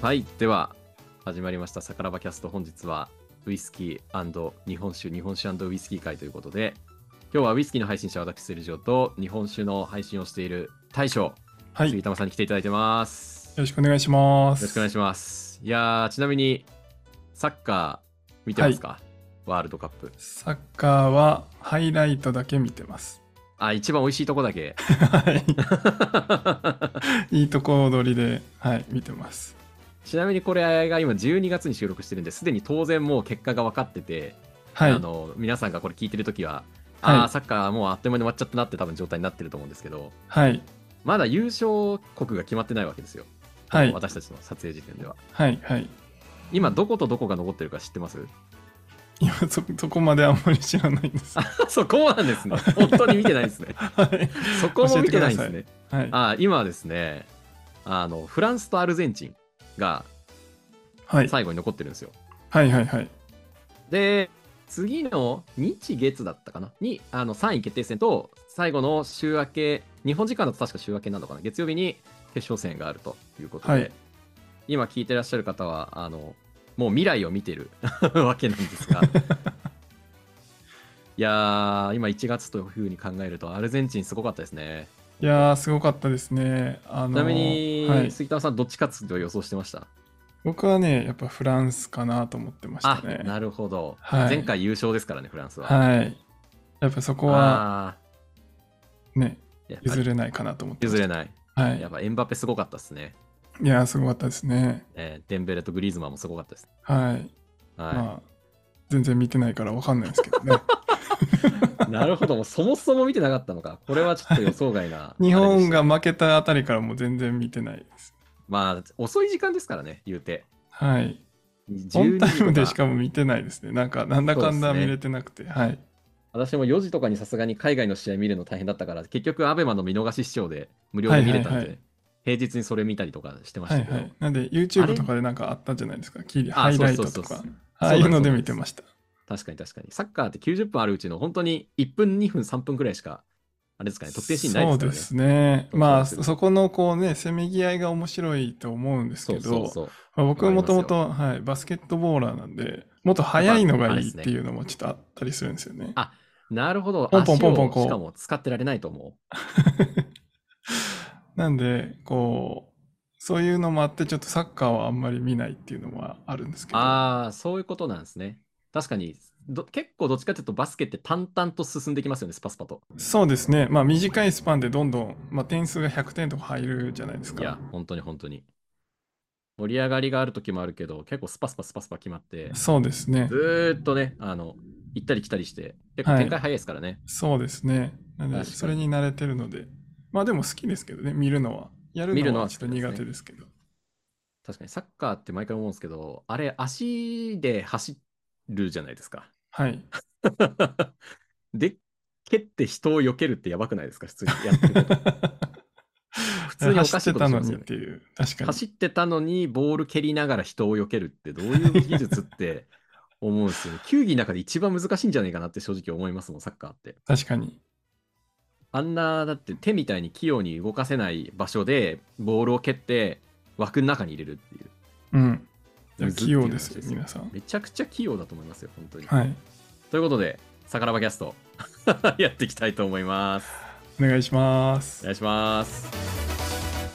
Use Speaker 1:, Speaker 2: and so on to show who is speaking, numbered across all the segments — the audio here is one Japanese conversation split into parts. Speaker 1: はい、では始まりました「さからばキャスト」本日はウイスキー日本酒日本酒ウイスキー会ということで今日はウイスキーの配信者私セルジオと日本酒の配信をしている大将
Speaker 2: はい。よ
Speaker 1: 杉玉さんに来ていただいてます。よ
Speaker 2: ろしくお願いします。
Speaker 1: ろしくお願い
Speaker 2: し
Speaker 1: します。いやーちなみにサッカー見てますか、ワールドカップ。
Speaker 2: ます。サッカーはハイライトだけ見てます。
Speaker 1: あ一番美味しいとこだ け。
Speaker 2: はい。いいとこ取りで、はい、見てます。
Speaker 1: ちなみにこれが今12月に収録してるんですでに当然もう結果が分かってて、
Speaker 2: はい
Speaker 1: あ。の皆さんがこれ聞いてる時は、
Speaker 2: はい
Speaker 1: ああサッカーもうあっという間に終わっちゃったなって多分状態になってると思うんですけど
Speaker 2: はい。
Speaker 1: まだ優勝国が決まってないわけですよ、
Speaker 2: はい。
Speaker 1: 私たちの撮影時点では
Speaker 2: はい。はい。
Speaker 1: 今どことどこが残ってるか知ってます
Speaker 2: 今そ、そこまであんまり知らないんです。
Speaker 1: そこなんですね本当に見てないですね
Speaker 2: はい。
Speaker 1: そこも見てないんです
Speaker 2: 教え
Speaker 1: ね
Speaker 2: はい。
Speaker 1: ああ今はですねあのフランスとアルゼンチンが
Speaker 2: はい。
Speaker 1: 最後に残ってるんですよ、
Speaker 2: はい。はい。はい。
Speaker 1: で次の日月だったかなにあの3位決定戦と最後の週明け日本時間だと確か週明けなのかな月曜日に決勝戦があるということで、
Speaker 2: はい
Speaker 1: 今聞いてらっしゃる方はあのもう未来を見てる わけなんです がいやー今1月というふうに考えるとアルゼンチンすごかったですね
Speaker 2: いやー、すごかったですね。あ
Speaker 1: ち
Speaker 2: のー
Speaker 1: なみに、
Speaker 2: はい。
Speaker 1: 杉田さんどっち勝つと予想してました
Speaker 2: 僕はね、やっぱフランスかなと思ってました
Speaker 1: あ
Speaker 2: ね。
Speaker 1: なるほど、
Speaker 2: はい
Speaker 1: 前回優勝ですからねフランスは、
Speaker 2: はい。やっぱそこは、
Speaker 1: あ
Speaker 2: ね、
Speaker 1: ーやっぱ
Speaker 2: 譲れないかなと思ってま
Speaker 1: 譲
Speaker 2: した。
Speaker 1: れない
Speaker 2: はい。
Speaker 1: やっぱエンバペすごかったですね。
Speaker 2: いやー、すごかったですね。
Speaker 1: えーデンベレとグリーズマンもすごかったです。
Speaker 2: はい。
Speaker 1: は
Speaker 2: まあ、全然見てないからわかんないですけど ね。
Speaker 1: い、なるほど、もうそもそも見てなかったのか。これはちょっと予想外な。
Speaker 2: 日本
Speaker 1: あれでした。
Speaker 2: が負けたあたりからもう全然見てないです。
Speaker 1: まあ、遅い時間ですからね、言うて。
Speaker 2: はい。オ
Speaker 1: 12
Speaker 2: ンタイ
Speaker 1: 時
Speaker 2: ム
Speaker 1: と
Speaker 2: でしかも見てないですね。なんか、なんだかん
Speaker 1: そう
Speaker 2: だ
Speaker 1: ですね
Speaker 2: 見れてなくて。はい。
Speaker 1: 私も4時とかにさすがに海外の試合見るの大変だったから、結局、アベマの見逃し視聴で無料で見れたんで、
Speaker 2: はいはいは
Speaker 1: 平日にそれ見たりとかしてまし
Speaker 2: は
Speaker 1: た
Speaker 2: い
Speaker 1: けど、
Speaker 2: はい。なんで、
Speaker 1: あれ
Speaker 2: YouTube とかでなんかあったじゃないですか。キーリ
Speaker 1: あ
Speaker 2: ハイライト
Speaker 1: そ
Speaker 2: と
Speaker 1: うそうそう
Speaker 2: か
Speaker 1: そう。
Speaker 2: ああいうので見てました。
Speaker 1: 確かに確かに。サッカーって90分あるうちの本当に1分、2分、3分くらいしか、あれですかね、得点シーンないです
Speaker 2: そ
Speaker 1: か
Speaker 2: う
Speaker 1: ら
Speaker 2: で
Speaker 1: ね。
Speaker 2: すね。まあ、
Speaker 1: 得点する
Speaker 2: そこのこうね、せめぎ合いが面白いと思うんですけど、
Speaker 1: そうそうそう。
Speaker 2: まあ、僕はもとも
Speaker 1: わ
Speaker 2: と、はい、バスケットボーラーなんで、もっと速いのがいいっていうのもちょっとあったりするんですよね。
Speaker 1: あなるほど。
Speaker 2: ポンポンポンポン
Speaker 1: 足をしか
Speaker 2: こう
Speaker 1: も使ってられないと思う。
Speaker 2: なんで、こう、そういうのもあって、ちょっとサッカーはあんまり見ないっていうのはあるんですけど。
Speaker 1: ああ、そういうことなんですね。確かにど、結構どっちかというとバスケって淡々と進んできますよね、スパスパと。
Speaker 2: そうですね。まあ短いスパンでどんどん、まあ点数が100点とか入るじゃないです
Speaker 1: いや
Speaker 2: か。、
Speaker 1: 本当に本当に。盛り上がりがある時もあるけど、結構スパスパスパスパ決まって、
Speaker 2: そうですね
Speaker 1: ず。ーっとね、あの、行ったり来たりして、結構
Speaker 2: はい
Speaker 1: 展開早いですからね。
Speaker 2: そうですね。な
Speaker 1: 確
Speaker 2: ので、
Speaker 1: かに
Speaker 2: それに慣れてるので。まあでも好きですけどね、見るのは。やる
Speaker 1: 見る
Speaker 2: の
Speaker 1: の
Speaker 2: は
Speaker 1: は
Speaker 2: ちょっと苦手ですけど。
Speaker 1: 確かにサッカーって毎回思うんですけど、あれ、足で走るじゃないですか。
Speaker 2: はい。
Speaker 1: で、蹴って人を避けるってやばくないですか、普通にやってると普通におかし
Speaker 2: 走
Speaker 1: い
Speaker 2: っ
Speaker 1: こと
Speaker 2: てた
Speaker 1: し
Speaker 2: の
Speaker 1: ます
Speaker 2: に
Speaker 1: よ
Speaker 2: っ
Speaker 1: ね。
Speaker 2: ていう。確かに。
Speaker 1: 走ってたのにボール蹴りながら人を避けるってどういう技術 って思うんですよね。球技の中で一番難しいんじゃないかなって正直思いますもん、サッカーって。
Speaker 2: 確かに。
Speaker 1: あんな、だって手みたいに器用に動かせない場所でボールを蹴って枠の中に入れるっていう。
Speaker 2: うん。いや
Speaker 1: むずっ
Speaker 2: 器
Speaker 1: ていう
Speaker 2: 用ですよ
Speaker 1: 話、ですよ
Speaker 2: 皆さん。
Speaker 1: めちゃくちゃ器用だと思いますよ、本当に。
Speaker 2: はい。
Speaker 1: ということで、さからばキャスト やっていきたいと思います。
Speaker 2: お願いします
Speaker 1: お。願いします。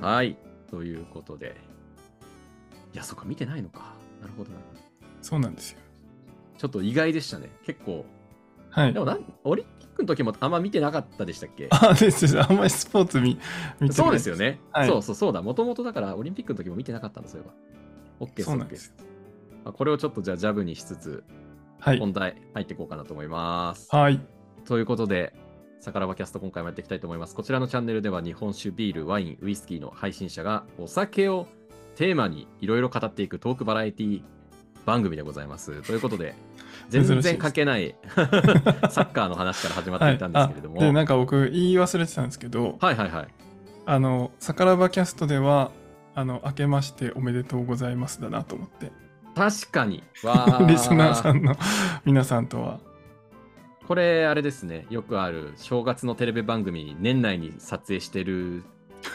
Speaker 1: はい、ということで。いや、そっか、見てないのか。なるほどな。
Speaker 2: そうなんですよ。
Speaker 1: ちょっと意外でしたね。結構。
Speaker 2: はい
Speaker 1: で。もなん、オリンピックの時もあんま見てなかったでしたっけ
Speaker 2: あ、ですです。あんまりスポーツ見、見てない。
Speaker 1: そうですよ。ね。
Speaker 2: はい
Speaker 1: そうそうそうだ。もともとだからオリンピックの時も見てなかったんだ、そういえば。OK です、
Speaker 2: そうな
Speaker 1: OK
Speaker 2: ん
Speaker 1: で
Speaker 2: ですす。
Speaker 1: まあこれをちょっとじゃあジャブにしつつ、
Speaker 2: はい。
Speaker 1: 本題入っていこうかなと思います。
Speaker 2: はい。
Speaker 1: ということで、さからばキャスト今回もやっていきたいと思います。こちらのチャンネルでは日本酒、ビール、ワイン、ウイスキーの配信者がお酒をテーマにいろいろ語っていくトークバラエティ番組でございます。ということで、全
Speaker 2: 珍しいです
Speaker 1: 然書けない サッカーの話から始まっていたんですけれども、
Speaker 2: で、なんか僕言い忘れてたんですけど、
Speaker 1: はいはいはい。
Speaker 2: あの、さからばキャストでは、あの、明けましておめでとうございますだなと思って、
Speaker 1: 確か に。わー
Speaker 2: リスナーさんの皆さんとは。
Speaker 1: これ、あれですね。よくある正月のテレビ番組、年内に撮影してる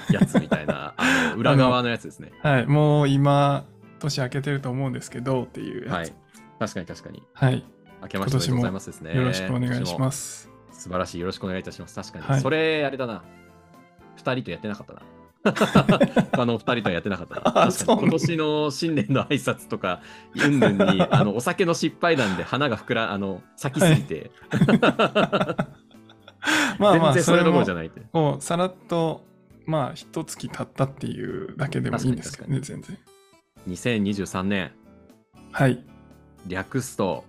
Speaker 1: やつみたい な、あの裏側のやつですね。
Speaker 2: はい、もう今、年明けてると思うんですけどっていうや
Speaker 1: は
Speaker 2: つ
Speaker 1: い。。確かに確かに。
Speaker 2: はい。
Speaker 1: 明けましておめでとうございますですね。。
Speaker 2: よろしくお願いしますす。
Speaker 1: 素晴らしい。よろしくお願いいたします。確かに。
Speaker 2: はい
Speaker 1: それ、あれだな。二人とやってなかった な。あの二人とはやってなかったな。
Speaker 2: あ
Speaker 1: 確か
Speaker 2: そう
Speaker 1: に今
Speaker 2: なんだ
Speaker 1: 年の新年の挨拶とか、うんぬんに、あの、お酒の失敗談で花が膨ら、あの、咲きすぎて、
Speaker 2: まあま
Speaker 1: 全
Speaker 2: あ、
Speaker 1: 然そ
Speaker 2: それ
Speaker 1: れどこ
Speaker 2: も
Speaker 1: ろじゃないって。
Speaker 2: こうさらっと、まあ、一月経ったっていうだけでもいいんですけどね、全然。
Speaker 1: 2023年、
Speaker 2: はい。
Speaker 1: 略すと、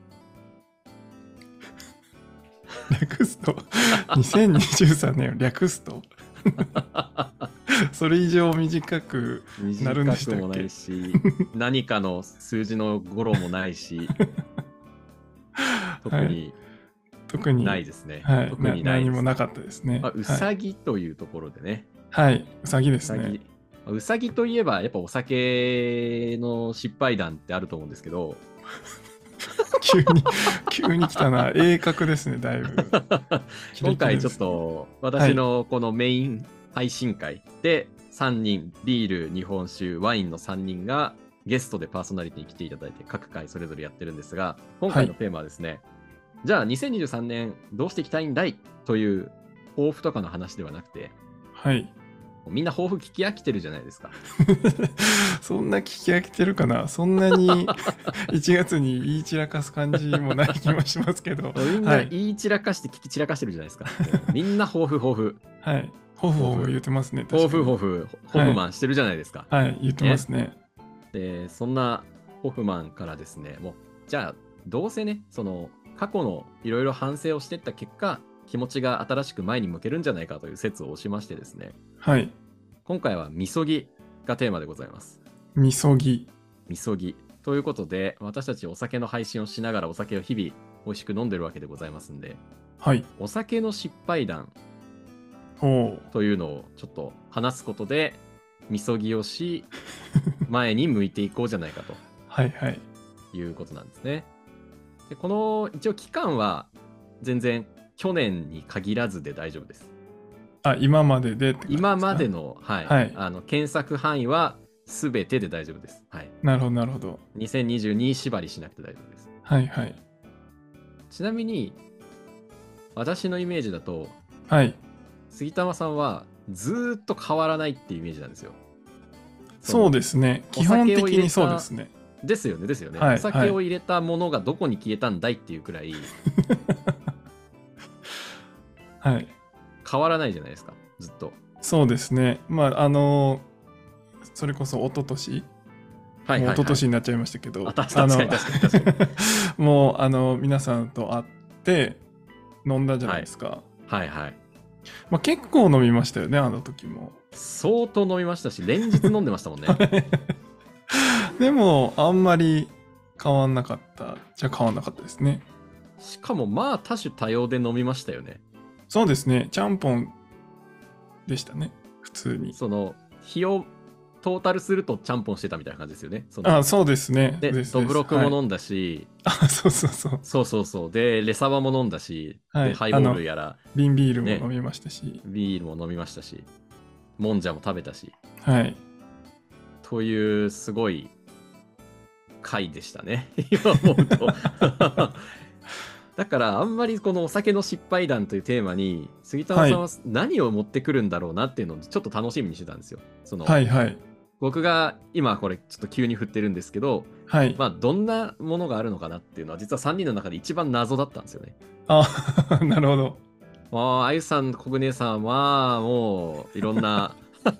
Speaker 2: 略すと、2023年を略すと、 それ以上短く、なるんでした
Speaker 1: 短く
Speaker 2: っけ
Speaker 1: もない し、何かの数字の語呂もないし、特に
Speaker 2: 特に、
Speaker 1: ないですね。
Speaker 2: はい、
Speaker 1: 特に
Speaker 2: な
Speaker 1: ない
Speaker 2: 何
Speaker 1: で
Speaker 2: も
Speaker 1: す。
Speaker 2: なかったですね。
Speaker 1: まあう
Speaker 2: は
Speaker 1: さ
Speaker 2: い、
Speaker 1: ぎというところでね、
Speaker 2: はい、うさぎで
Speaker 1: う
Speaker 2: す
Speaker 1: さぎ
Speaker 2: ね。
Speaker 1: まあうさぎといえば、やっぱお酒の失敗談ってあると思うんですけど、
Speaker 2: 急に、 急に来たな。鋭角ですね、だいぶ。キレ
Speaker 1: 今
Speaker 2: キレ
Speaker 1: 回
Speaker 2: です
Speaker 1: ちょっと私のこのメイン配信会で3人、ビール、日本酒、ワインの3人がゲストでパーソナリティに来ていただいて各回それぞれやってるんですが、今回のテーマはですね、じゃあ2023年どうしていきたいんだいという抱負とかの話ではなくて、
Speaker 2: はい。
Speaker 1: みんな抱負聞き飽きてるじゃないですか。
Speaker 2: そんな聞き飽きてるかなそん なに1月に言い散らかす感じもない気もしますけど。
Speaker 1: みん
Speaker 2: は
Speaker 1: ない言い散らかして聞き散らかしてるじゃないですか。もうみんな抱負抱負、
Speaker 2: はい。ほふほふ言ってますね。
Speaker 1: 抱負
Speaker 2: 確か
Speaker 1: 抱負、ホフマンしてるじゃないですか。
Speaker 2: にはい、言ってますね。
Speaker 1: でそんなホフマンからですねもうじゃあどうせねその過去のいろいろ反省をしてった結果気持ちが新しく前に向けるんじゃないかという説を推しましてですね
Speaker 2: はい。
Speaker 1: 今回は「みそぎ」がテーマでございます。
Speaker 2: みそぎ。
Speaker 1: みそぎということで私たちお酒の配信をしながらお酒を日々美味しく飲んでるわけでございますんで
Speaker 2: はい。
Speaker 1: お酒の失敗談
Speaker 2: ほう。
Speaker 1: というのをちょっと話すことでみそぎをし前に向いていこうじゃないかと
Speaker 2: はいはい。
Speaker 1: いうことなんですね。でこの一応期間は全然去年に限らずで大丈夫です。
Speaker 2: あ、今まででって感じすか
Speaker 1: 今まで。の,、はい
Speaker 2: はい
Speaker 1: あの検索範囲は全てで大丈夫です。はい、
Speaker 2: なるほど、なるほど。
Speaker 1: 2022縛りしなくて大丈夫です。
Speaker 2: はいはい。
Speaker 1: ちなみに私のイメージだと
Speaker 2: はい。
Speaker 1: 杉玉さんはずーっと変わらないっていうイメージなんですよ。
Speaker 2: そう
Speaker 1: で
Speaker 2: ですね。
Speaker 1: お酒を
Speaker 2: 基本的
Speaker 1: 入れ
Speaker 2: に
Speaker 1: た
Speaker 2: そうですね。
Speaker 1: ですよねですよね、
Speaker 2: はい
Speaker 1: お酒を入れたものがどこに消えたんだいっていうくらい
Speaker 2: はい。
Speaker 1: 変わらないじゃないですかずっと。
Speaker 2: そうですね。まあ、あのーそれこそ一昨年
Speaker 1: はいはい
Speaker 2: も
Speaker 1: はい、
Speaker 2: う一昨年になっちゃいましたけど、
Speaker 1: あ確かに確かに確かに
Speaker 2: あの もうあの皆さんと会って飲んだじゃないですか、
Speaker 1: はいはい。
Speaker 2: まあ、結構飲みましたよねあの時も
Speaker 1: 相当飲みましたし、連日飲んでましたもんね。
Speaker 2: でもあんまり変わんなかったじゃ変わんなかったですね
Speaker 1: しかも、まあ、多種多様で飲みましたよね。
Speaker 2: そうですねちゃんぽんでしたね普通に
Speaker 1: その、日をトータルするとちゃんぽんしてたみたいな感じですよね。その
Speaker 2: あそうですね
Speaker 1: で
Speaker 2: ですです
Speaker 1: どぶろく
Speaker 2: はい
Speaker 1: も飲んだし、
Speaker 2: あそうそうそう
Speaker 1: そうそうそう。で、レサバも飲んだし、
Speaker 2: は
Speaker 1: で
Speaker 2: い
Speaker 1: ハイボールやら、
Speaker 2: 瓶ビールも
Speaker 1: ね
Speaker 2: 飲みましたし、
Speaker 1: ビールも飲みましたし、もんじゃも食べたし、
Speaker 2: はい
Speaker 1: という、すごい、回でしたね。 今思うと。 だからあんまりこのお酒の失敗談というテーマに杉田さんは何を持ってくるんだろうなっていうのをちょっと楽しみにしてたんですよ。その
Speaker 2: はいはい
Speaker 1: 僕が今これちょっと急に振ってるんですけど、
Speaker 2: はい、
Speaker 1: まあ、どんなものがあるのかなっていうのは実は3人の中で一番謎だったんですよね。
Speaker 2: あ なるほど
Speaker 1: ああ、あゆさん、国根さんはもういろんな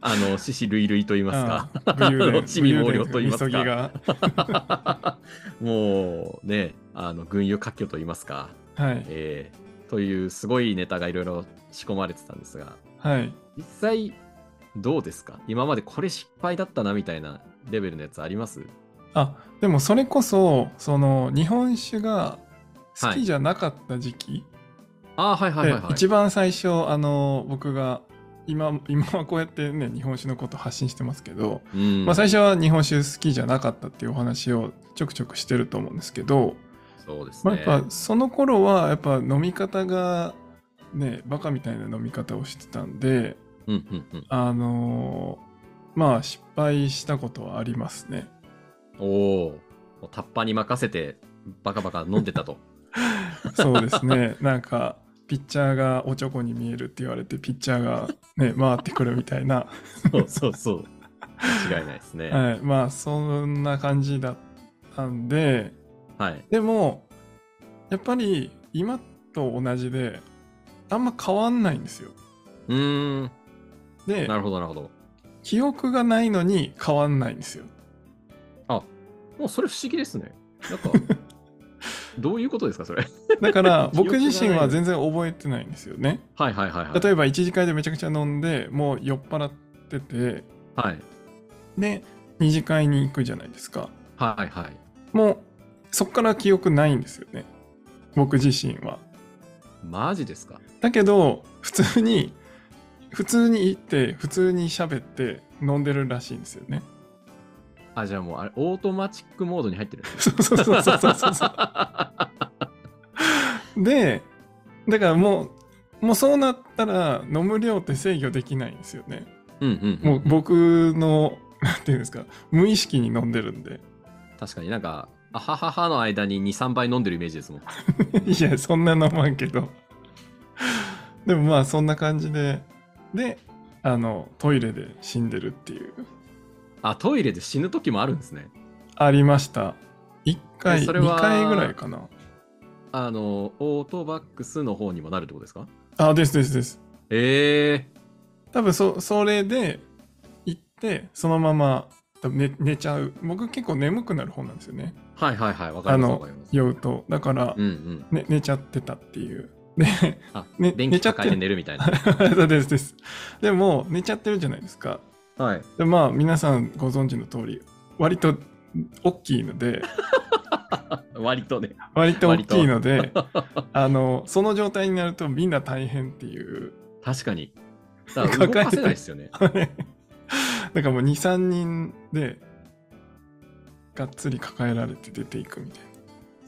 Speaker 1: あの獅子類類と言いますか。
Speaker 2: ああ 武勇伝
Speaker 1: 地味猛烈と言いますか
Speaker 2: 武勇伝 が
Speaker 1: もうね、あの群雄割拠と言いますか、
Speaker 2: はい。
Speaker 1: えーというすごいネタがいろいろ仕込まれてたんですが、
Speaker 2: はい。
Speaker 1: 実際どうですか今までこれ失敗だったなみたいなレベルのやつあります
Speaker 2: あでもそれこそその日本酒が好きじゃなかった時期、
Speaker 1: ああ、はいはいはい、は
Speaker 2: で
Speaker 1: い。
Speaker 2: 一番最初あの僕が今今はこうやってね日本酒のこと発信してますけど、
Speaker 1: うん
Speaker 2: まあ、最初は日本酒好きじゃなかったっていうお話をちょくちょくしてると思うんですけど、
Speaker 1: そうです
Speaker 2: まあ、
Speaker 1: ね。
Speaker 2: やっぱその頃はやっぱ飲み方がねバカみたいな飲み方をしてたんで
Speaker 1: うんうんうん。
Speaker 2: あのーまあ失敗したことはありますね。
Speaker 1: おお。もうタッパーに任せて、バカバカ飲んでたと。
Speaker 2: そうですねなんかピッチャーがおちょこに見えるって言われてピッチャーが、ね、回ってくるみた いな、
Speaker 1: そうそう そう。間違いないですね。
Speaker 2: はい、まあそんな感じだったんで
Speaker 1: はい。
Speaker 2: でもやっぱり今と同じであんま変わんないんですよ。
Speaker 1: うーん。
Speaker 2: で
Speaker 1: なるほどなるほど。
Speaker 2: 記憶がないのに変わんないんですよ。
Speaker 1: もうそれ不思議ですね。なん か、どういうことですか、それ。
Speaker 2: だから
Speaker 1: 記憶が
Speaker 2: 僕
Speaker 1: ない
Speaker 2: 自身は全然覚えてないんですよね。
Speaker 1: はいはいはいはい。
Speaker 2: 例えば一次会でめちゃくちゃ飲んでもう酔っ払ってて
Speaker 1: はい。
Speaker 2: で二次会に行くじゃないですか。
Speaker 1: はいはい。
Speaker 2: もうそっから記憶ないんですよね僕自身は。
Speaker 1: マジですか。
Speaker 2: だけど普通に普通に行って普通に喋って飲んでるらしいんですよね。
Speaker 1: あ、じゃあもうあれ、オートマチックモードに入ってるんですね。
Speaker 2: そうそうそうそうそうそうでだからもうもうそうなったら飲む量って制御できないんですよね。
Speaker 1: うんうんうん
Speaker 2: もう僕のなんていうんですか無意識に飲んでるんで。
Speaker 1: 確かになんか、あはははの間に2、3倍飲んでるイメージですもん。
Speaker 2: いや、そんな飲まんけど。でもまあ、そんな感じで、で、あの、トイレで死んでるっていう、
Speaker 1: あ、トイレで死ぬ時もあるんですね。
Speaker 2: ありました。1回、
Speaker 1: えそれは
Speaker 2: 2回ぐらいかな。
Speaker 1: あの、オートバックスの方にもなるってことですか
Speaker 2: あ、ですですです。
Speaker 1: え
Speaker 2: 多分そ、それで行って、そのまま多分寝寝ちゃう。僕結構眠くなる方なんですよね。
Speaker 1: えー。はいはいはい。わかります
Speaker 2: あ
Speaker 1: わ
Speaker 2: の
Speaker 1: かります。
Speaker 2: 酔うと。だから、
Speaker 1: うんうん。
Speaker 2: ね、寝ちゃってたっていう。 で、
Speaker 1: あ、
Speaker 2: ね
Speaker 1: 電
Speaker 2: 寝
Speaker 1: 気
Speaker 2: ちゃって
Speaker 1: 抱えて寝るみた いな。
Speaker 2: そうですです。でも、寝ちゃってるじゃないですか。
Speaker 1: はい。
Speaker 2: でまあ皆さんご存知の通り割と大きい ので
Speaker 1: 割とね。
Speaker 2: 割と大
Speaker 1: 割と
Speaker 2: きい のであのその状態になるとみんな大変っていう
Speaker 1: 確かに。だから動かせないですよね。
Speaker 2: だからもう23人でがっつり抱えられて出ていくみたいな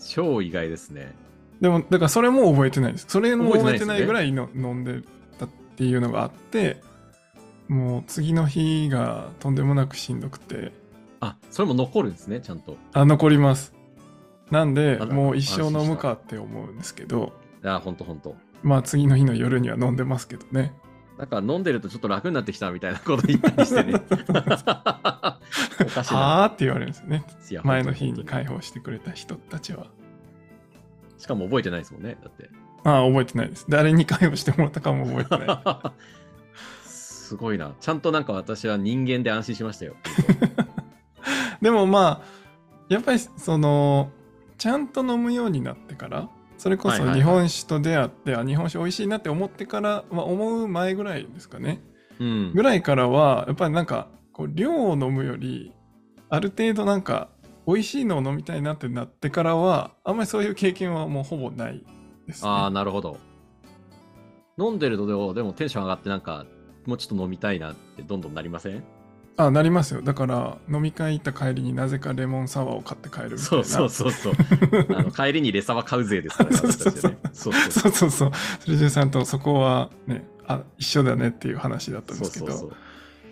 Speaker 1: 超意外ですね。
Speaker 2: でもだからそれも覚えてないですそれも覚
Speaker 1: 覚
Speaker 2: え
Speaker 1: え
Speaker 2: て
Speaker 1: てな
Speaker 2: な
Speaker 1: いいですね
Speaker 2: ぐらいの飲んでたっていうのがあってもう次の日がとんでもなくしんどくて
Speaker 1: あ、それも残るんですね、ちゃんと。
Speaker 2: あ残りますなんで
Speaker 1: あら
Speaker 2: もう一生
Speaker 1: 安心
Speaker 2: 飲
Speaker 1: した
Speaker 2: むかって思うんですけど
Speaker 1: あ、ほんとほんと。
Speaker 2: まあ次の日の夜には飲んでますけどね。
Speaker 1: なんか飲んでるとちょっと楽になってきたみたいなこと言ったりして ね。おかしいな。
Speaker 2: はあって言われるんですよね。
Speaker 1: いや
Speaker 2: 前の日に解。
Speaker 1: 本
Speaker 2: 放してくれた人たちは。
Speaker 1: 当にしかも覚えてないですもんね。だって。
Speaker 2: ああ、覚えてないです。誰に解放してもらったかも覚えてない。
Speaker 1: すごいな。ちゃんとなんか私は人間で安心しましたよ。
Speaker 2: でもまあ、やっぱりその、ちゃんと飲むようになってから、それこ
Speaker 1: はい
Speaker 2: そ
Speaker 1: はいはい
Speaker 2: 日本酒と出会って、あ日本酒美味しいなって思ってから、まあ、思う前ぐらいですかね。
Speaker 1: うん
Speaker 2: ぐ。らいからは、やっぱりなんか、こう量を飲むより、ある程度なんか、美味しいのを飲みたいなってなってからは、あんまりそういう経験はもうほぼないです、ね。
Speaker 1: ああ、なるほど。飲んでるとでもでもテンション上がってなんか、もうちょっと飲みたいなってどんどんなりません
Speaker 2: あなりますよだから飲み会行った帰りになぜかレモンサワーを買って帰るみたいな
Speaker 1: そうそうそう そう。あの帰りにレサは買うぜですからね、
Speaker 2: そう
Speaker 1: 私
Speaker 2: そ
Speaker 1: た
Speaker 2: う
Speaker 1: ち
Speaker 2: そう
Speaker 1: ね。そうそうそう
Speaker 2: そうそうそうそれじゅさんとそこはねあ一緒だねっていう話だったん
Speaker 1: そ
Speaker 2: で
Speaker 1: う
Speaker 2: すけ
Speaker 1: そ
Speaker 2: ど
Speaker 1: うそう。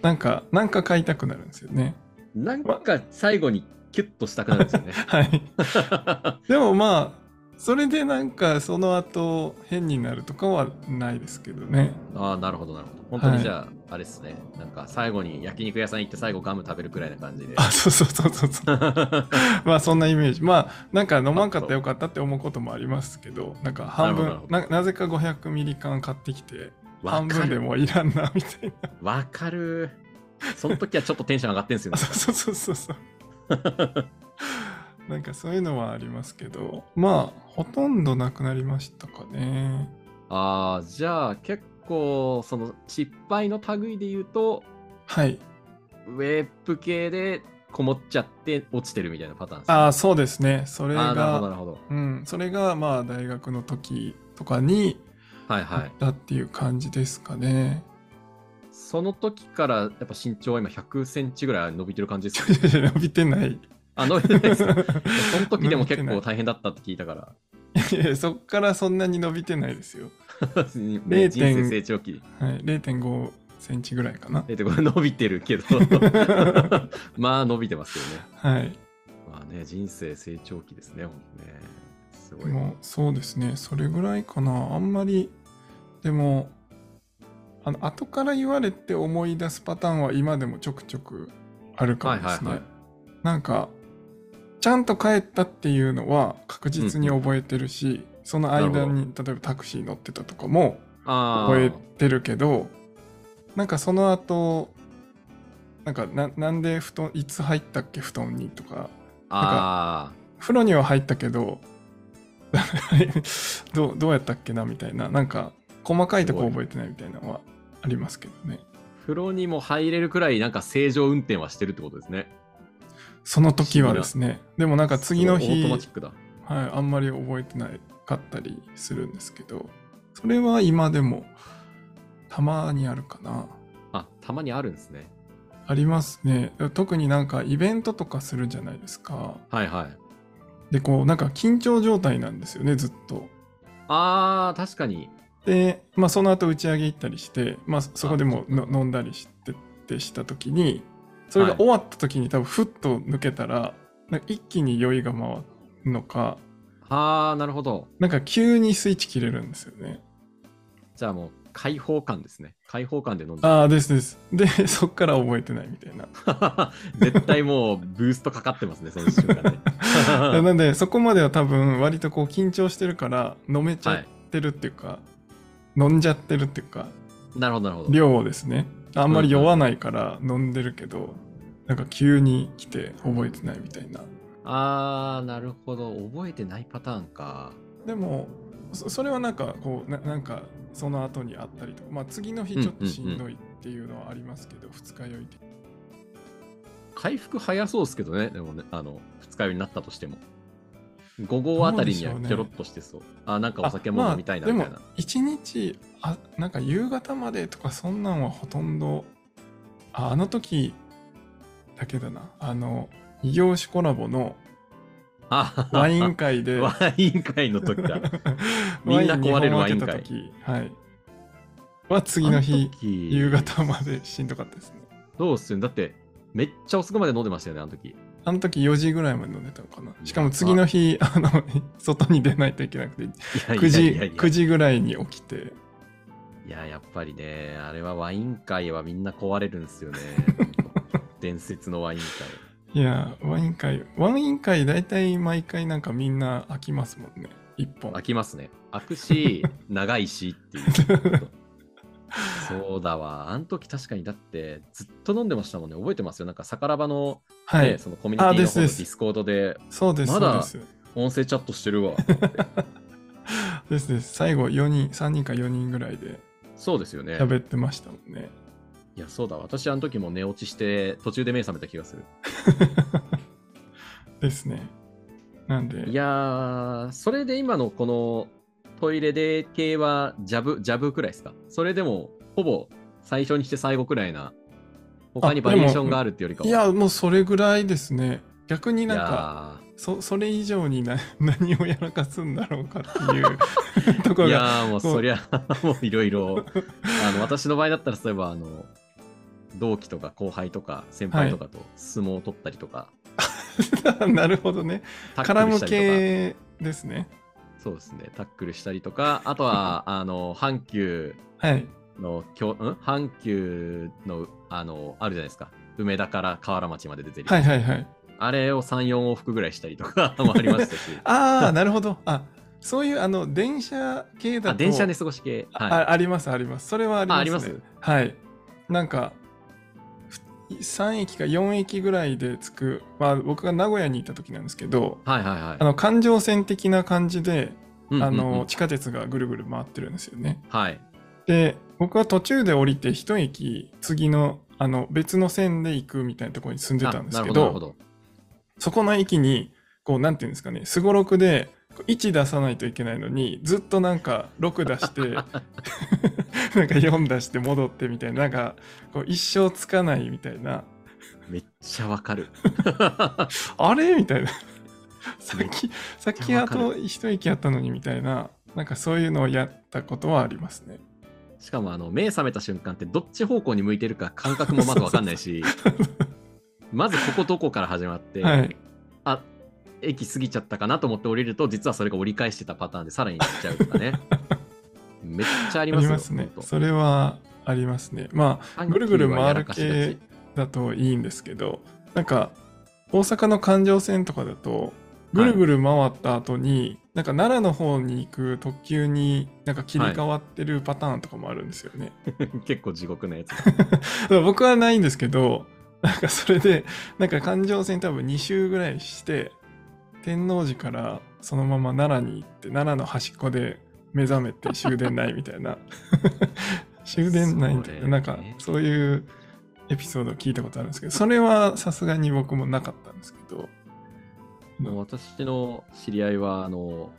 Speaker 2: なんかなんか買いたくなるんですよね
Speaker 1: なんか最後にキュッとしたくなるんですよね。
Speaker 2: はいでもまあそれでなんかその後変になるとかはないですけどね
Speaker 1: ああ、なるほど、なるほど。本当
Speaker 2: はい
Speaker 1: にじゃあ、あれですね。なんか最後に焼肉屋さん行って最後ガム食べるくらいな感じで。
Speaker 2: あそうそうそうそうそう まあそんなイメージまあなんか飲まんかったらよかったって思うこともありますけどなんか
Speaker 1: な
Speaker 2: 半
Speaker 1: る
Speaker 2: 分
Speaker 1: ほど
Speaker 2: ななぜか500ミリ缶買ってきて
Speaker 1: わ
Speaker 2: 半
Speaker 1: か
Speaker 2: 分で
Speaker 1: る。
Speaker 2: もういらんなみたいな
Speaker 1: わかる。その時はちょっとテンション上がってんすよ
Speaker 2: あ
Speaker 1: ね。
Speaker 2: そうそうそうそう そう。なんかそういうのはありますけど、まあ、ほとんどなくなりましたかね。
Speaker 1: ああ、じゃあ結構、その失敗の類で言うと、
Speaker 2: はい。
Speaker 1: ウェブ系でこもっちゃって落ちてるみたいなパターンですね、
Speaker 2: ああ、そうですね。それ
Speaker 1: あーなるほど、
Speaker 2: が、
Speaker 1: なるほど。
Speaker 2: うん、それがまあ大学の時とかに
Speaker 1: はい
Speaker 2: あ
Speaker 1: はい
Speaker 2: っ。たっていう感じですかね。
Speaker 1: その時から、やっぱ身長は今100センチぐらい伸びてる感じですよね。
Speaker 2: いやいや伸びてない。
Speaker 1: あ、伸びてないですかい やその時でも
Speaker 2: 伸びて
Speaker 1: 結
Speaker 2: ない
Speaker 1: 構大変だったって聞いたから。
Speaker 2: いやいやそっからそんなに伸びてないですよ。
Speaker 1: ね人生成長期。
Speaker 2: はい、0.5センチぐらいかな。
Speaker 1: えっと、これ伸びてる けど、まあ伸びてますよね。
Speaker 2: はい。
Speaker 1: まあね、人生成長期ですね、ほんとね。すごい。
Speaker 2: もうそうですね。それぐらいかな。あんまり、でも、あの後から言われて思い出すパターンは今でもちょくちょくあるかもですね。
Speaker 1: はいはいはい
Speaker 2: なんか、ちゃんと帰ったっていうのは確実に覚えてるし、その間に例えばタクシー乗ってたとかも
Speaker 1: あ
Speaker 2: 覚え
Speaker 1: ー
Speaker 2: てるけど、なんかその後、なんかななんで布団いつ入ったっけ布団にとか
Speaker 1: あ
Speaker 2: 風呂には入ったけど どうどうやったっけなみたいななんか細かいとこ
Speaker 1: すごい
Speaker 2: 覚えてないみたいなのはありますけどね
Speaker 1: ー。風呂にも入れるくらい、なんか正常運転はしてるってことですね。
Speaker 2: その時はですねでもなんか次の
Speaker 1: すごい
Speaker 2: 日、
Speaker 1: オート
Speaker 2: は
Speaker 1: マ
Speaker 2: い
Speaker 1: チッ、クだ。
Speaker 2: あんまり覚えてないかったりするんですけどそれは今でもたまにあるかな
Speaker 1: あ、たまにあるんですね。
Speaker 2: ありますね特になんかイベントとかするじゃないですか
Speaker 1: はいはい。
Speaker 2: でこうなんか緊張状態なんですよねずっと
Speaker 1: あー、確かに。
Speaker 2: で、まあ、その後打ち上げ行ったりして、まあ、そこでもの飲んだりしてってした時にそれが
Speaker 1: はい
Speaker 2: 終わった時に多分ふっと抜けたら、なんか一気に酔いが回るのか
Speaker 1: あー、なるほど。
Speaker 2: なんか急にスイッチ切れるんですよね。
Speaker 1: じゃあもう、開放感ですね。開放感で飲んで。
Speaker 2: ああですです。で そっから覚えてないみたいな。
Speaker 1: 絶対もう、ブーストかかってますね、その瞬間 ね。
Speaker 2: なのでそこまでは多分割とこう緊張してるから飲めちゃ
Speaker 1: は
Speaker 2: っ
Speaker 1: い。
Speaker 2: てるっていうか、飲んじゃってるっていうか
Speaker 1: なるほど、なるほど。
Speaker 2: 量をですねあんまり酔わないから飲んでるけど、なんか急に来て覚えてないみたいな。
Speaker 1: あー、なるほど。覚えてないパターンか。
Speaker 2: でもそそれはなんかこうななんかその後にあったりとか、まあ、次の日
Speaker 1: うん
Speaker 2: ちょっとしんどいっていうのはありますけど、二日酔いで
Speaker 1: 回復早そうですけどね、でもね、あの、二日酔いになったとしても。午後あたりには
Speaker 2: どうでしょうね
Speaker 1: キョロっとしてそう。あ、なんかお酒も飲みたいな、
Speaker 2: あ
Speaker 1: み
Speaker 2: ま
Speaker 1: たい
Speaker 2: あ
Speaker 1: な。
Speaker 2: でも一日あなんか夕方までとかそんなんはほとんどああの時だけだなあの異業種コラボの
Speaker 1: あ
Speaker 2: ワイン 会で
Speaker 1: ワイン会の時だ。み
Speaker 2: ワ
Speaker 1: ん
Speaker 2: イン
Speaker 1: な
Speaker 2: に
Speaker 1: 壊れるワイン
Speaker 2: かけ
Speaker 1: 会
Speaker 2: た時はいは次の日夕
Speaker 1: 夕
Speaker 2: 方までしんどかったですね
Speaker 1: どうっすよね。だって、めっちゃ遅くまで飲んでましたよね、あの時。
Speaker 2: あの時4時ぐらいまで飲んでたのかな。しかも次の日、あの、 外に出ないといけなくて、
Speaker 1: いやい
Speaker 2: 9
Speaker 1: や
Speaker 2: 時、
Speaker 1: いやい
Speaker 2: 9
Speaker 1: や。
Speaker 2: 時ぐらいに起きて、
Speaker 1: いや、やっぱりね、あれはワイン会はみんな壊れるんです よね。伝説のワイン会。
Speaker 2: いや、ワイン会、ワイン会大体毎回なんかみんな飽きますもんね。一本。
Speaker 1: 開きますね。開く し、長いしっていう。そうだわ。あの時確かにだってずっと飲んでましたもんね。覚えてますよ。なんか、さからばの,、ね
Speaker 2: はい。
Speaker 1: そのコミュニティの方
Speaker 2: あ
Speaker 1: の
Speaker 2: で
Speaker 1: デ
Speaker 2: すです
Speaker 1: ィスコードで
Speaker 2: そうです、
Speaker 1: ま
Speaker 2: そう
Speaker 1: だ
Speaker 2: です。
Speaker 1: 音声チャットしてるわ。
Speaker 2: ですです。最後4人、3人か4人ぐらいで
Speaker 1: そうですよね。
Speaker 2: 喋ってましたもんね。
Speaker 1: いや、そうだ。私、あの時も寝落ちして、途中で目覚めた気がする。
Speaker 2: ですね。なんで、
Speaker 1: いやー、それで今のこのトイレで系はジャブ、ジャブくらいですかそれでも、ほぼ最初にして最後くらいな、他にバリエーションがあるってよりかは。
Speaker 2: いや、もうそれぐらいですね。逆に
Speaker 1: い
Speaker 2: なんか、
Speaker 1: や
Speaker 2: そそれ以上にな 何をやらかすんだろうかっていう とこ
Speaker 1: ー、い
Speaker 2: ろ
Speaker 1: や
Speaker 2: が
Speaker 1: ーもう
Speaker 2: こう
Speaker 1: そりゃ、 もういろいろ、あの、私の場合だったら、そういえば、あの、同期とか後輩とか先輩とかと相撲を取ったりとか、
Speaker 2: なるほどね
Speaker 1: タッ
Speaker 2: 絡
Speaker 1: クル
Speaker 2: む
Speaker 1: したりとか。
Speaker 2: 系ですね
Speaker 1: そうですね、タックルしたりとか、あと は、あの、阪急
Speaker 2: はい
Speaker 1: の、きょん阪急の、あの、あるじゃないですか。梅田から河原町まで出てる。
Speaker 2: はいはいはい
Speaker 1: あれを3、4往復ぐらいしたりとか もありま したし。
Speaker 2: ああなるほどあそういうあの電車系だと
Speaker 1: あ、電車で過ごし系。
Speaker 2: あ,
Speaker 1: はい。
Speaker 2: あ、ありますありますそれはあります、ね、
Speaker 1: ああります
Speaker 2: はいなんかふ3駅か4駅ぐらいで着く、まあ、僕が名古屋にいた時なんですけど
Speaker 1: はいはいはい
Speaker 2: あ。の環状線的な感じで、
Speaker 1: うんうんうん
Speaker 2: あの地下鉄がぐるぐる回ってるんですよね
Speaker 1: はい。
Speaker 2: で僕は途中で降りて一駅次のあの別の線で行くみたいなところに住んでたんですけ
Speaker 1: あなる
Speaker 2: ど
Speaker 1: ほど、なるほ
Speaker 2: そこの駅にこうなんていうんですかねすごろくでこう1出さないといけないのにずっとなんか6出して なんか4出して戻ってみたいななんかこう一生つかないみたいな
Speaker 1: ど。めっちゃわかる。
Speaker 2: あれみたいな さっきさっきあと一息あったのにみたいななんかそういうのをやったことはありますね。
Speaker 1: しかも、あの、目覚めた瞬間ってどっち方向に向いてるか感覚もまずわかんない し、まずここどこから始まって、
Speaker 2: はい、
Speaker 1: あ、駅過ぎちゃったかなと思って降りると、実はそれが折り返してたパターンでさらに行っちゃうとかね。 めっちゃあ
Speaker 2: あ
Speaker 1: り
Speaker 2: り
Speaker 1: ますよ。
Speaker 2: ますね
Speaker 1: ほん。と
Speaker 2: それはありますね。まあぐるぐる回る系だといいんですけどなんか大阪の環状線とかだとぐるぐる回った後に、なんか奈良の方に行く特急になんか切り替わってるパターンとかもあるんですよね。
Speaker 1: 結構地獄なや つ。
Speaker 2: だから僕はないんですけどなんかそれでなんか環状線多分2周ぐらいして天王寺からそのまま奈良に行って奈良の端っこで目覚めて終電ないみたいな 終電ないみたい
Speaker 1: そ
Speaker 2: な
Speaker 1: れ
Speaker 2: なんかそういうエピソードを聞いたことあるんですけどそれはさすがに僕もなかったんですけど
Speaker 1: もう私の知り合いは、あの、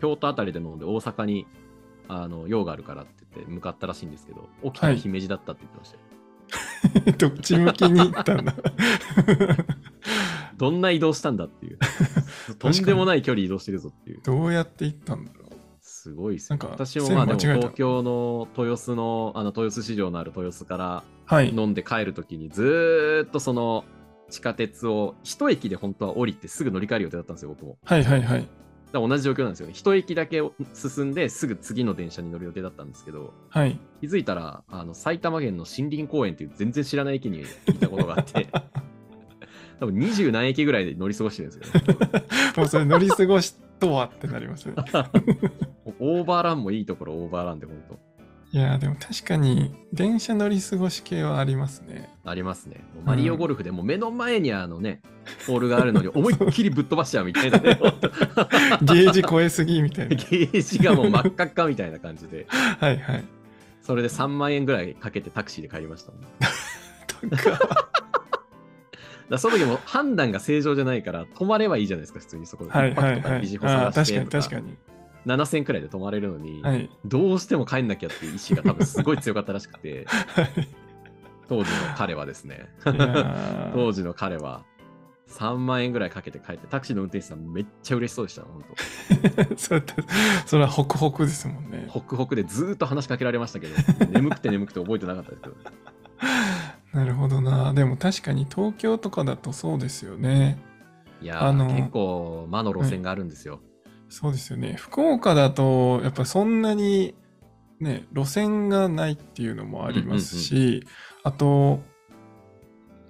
Speaker 1: 京都あたりで飲んで大阪に、あの、用があるからって言って向かったらしいんですけど、起きたら姫路だったって言ってましたよ。
Speaker 2: どっち向きに行ったんだ
Speaker 1: どんな移動したんだって いう。とんでもない距離移動してるぞっていう。
Speaker 2: どうやって行ったんだろう
Speaker 1: すごいですね
Speaker 2: なん。か
Speaker 1: 私もまあでも
Speaker 2: 線間違えた
Speaker 1: 東京の豊洲の、あの豊洲市場のある豊洲から
Speaker 2: はい
Speaker 1: 飲んで帰るときに、ずーっとその地下鉄を一駅で本当は降りてすぐ乗り換える予定だったんですよ、僕も。
Speaker 2: はいはいはい
Speaker 1: だから同じ状況なんですよね。一駅だけ進んですぐ次の電車に乗る予定だったんですけど、
Speaker 2: はい
Speaker 1: 気づいたら、あの埼玉県の森林公園っていう全然知らない駅に行ったことがあ って、多分二十何駅ぐらいで乗り過ごしてるんですよね。
Speaker 2: もうそれ乗り過ごしとはってなりますね
Speaker 1: オーバーランもいいところ、オーバーランで本
Speaker 2: いやーでも確かに電車乗り過ごし系はあります ね。
Speaker 1: 当ありますね。もうマリオゴルフでもう目の前にあのね、ホールがあるのに思いっきりぶっ飛ばしちゃうみたいなね、ほんと
Speaker 2: ゲージ超えすぎみたい
Speaker 1: ゲ
Speaker 2: な。
Speaker 1: ージがもう真っ赤っかみたいな感じで、
Speaker 2: はいはい。
Speaker 1: それで3万円ぐらいかけてタクシーで帰りましたもん。
Speaker 2: とか、
Speaker 1: だからその時も判断が正常じゃないから、止まればいいじゃないですか、普通にそこで。
Speaker 2: はいはい
Speaker 1: 一泊と
Speaker 2: は
Speaker 1: か
Speaker 2: い。
Speaker 1: 肘
Speaker 2: あ
Speaker 1: 細出
Speaker 2: あー、確かに
Speaker 1: して
Speaker 2: 確か
Speaker 1: とか
Speaker 2: に。
Speaker 1: 7000くらいで止まれるのに、
Speaker 2: はい。
Speaker 1: どうしても帰んなきゃっていう意志が多分すごい強かったらしくて、
Speaker 2: はい
Speaker 1: 当時の彼はですね、
Speaker 2: いやー
Speaker 1: 当時の彼は3万円ぐらいかけて帰って、タクシーの運転手さんめっちゃ嬉しそうでした、本当。
Speaker 2: そうだ それはホクホクですもんね。
Speaker 1: ホクホクでずーっと話しかけられましたけど、 眠くて眠くて覚えてなかったですけど、
Speaker 2: なるほどな。でも確かに東京とかだとそうですよね。
Speaker 1: いや
Speaker 2: あ
Speaker 1: ー、
Speaker 2: の
Speaker 1: 結構魔の路線があるんですよ。
Speaker 2: そうですよね。福岡だと、やっぱそんなに、ね、路線がないっていうのもありますし、あと、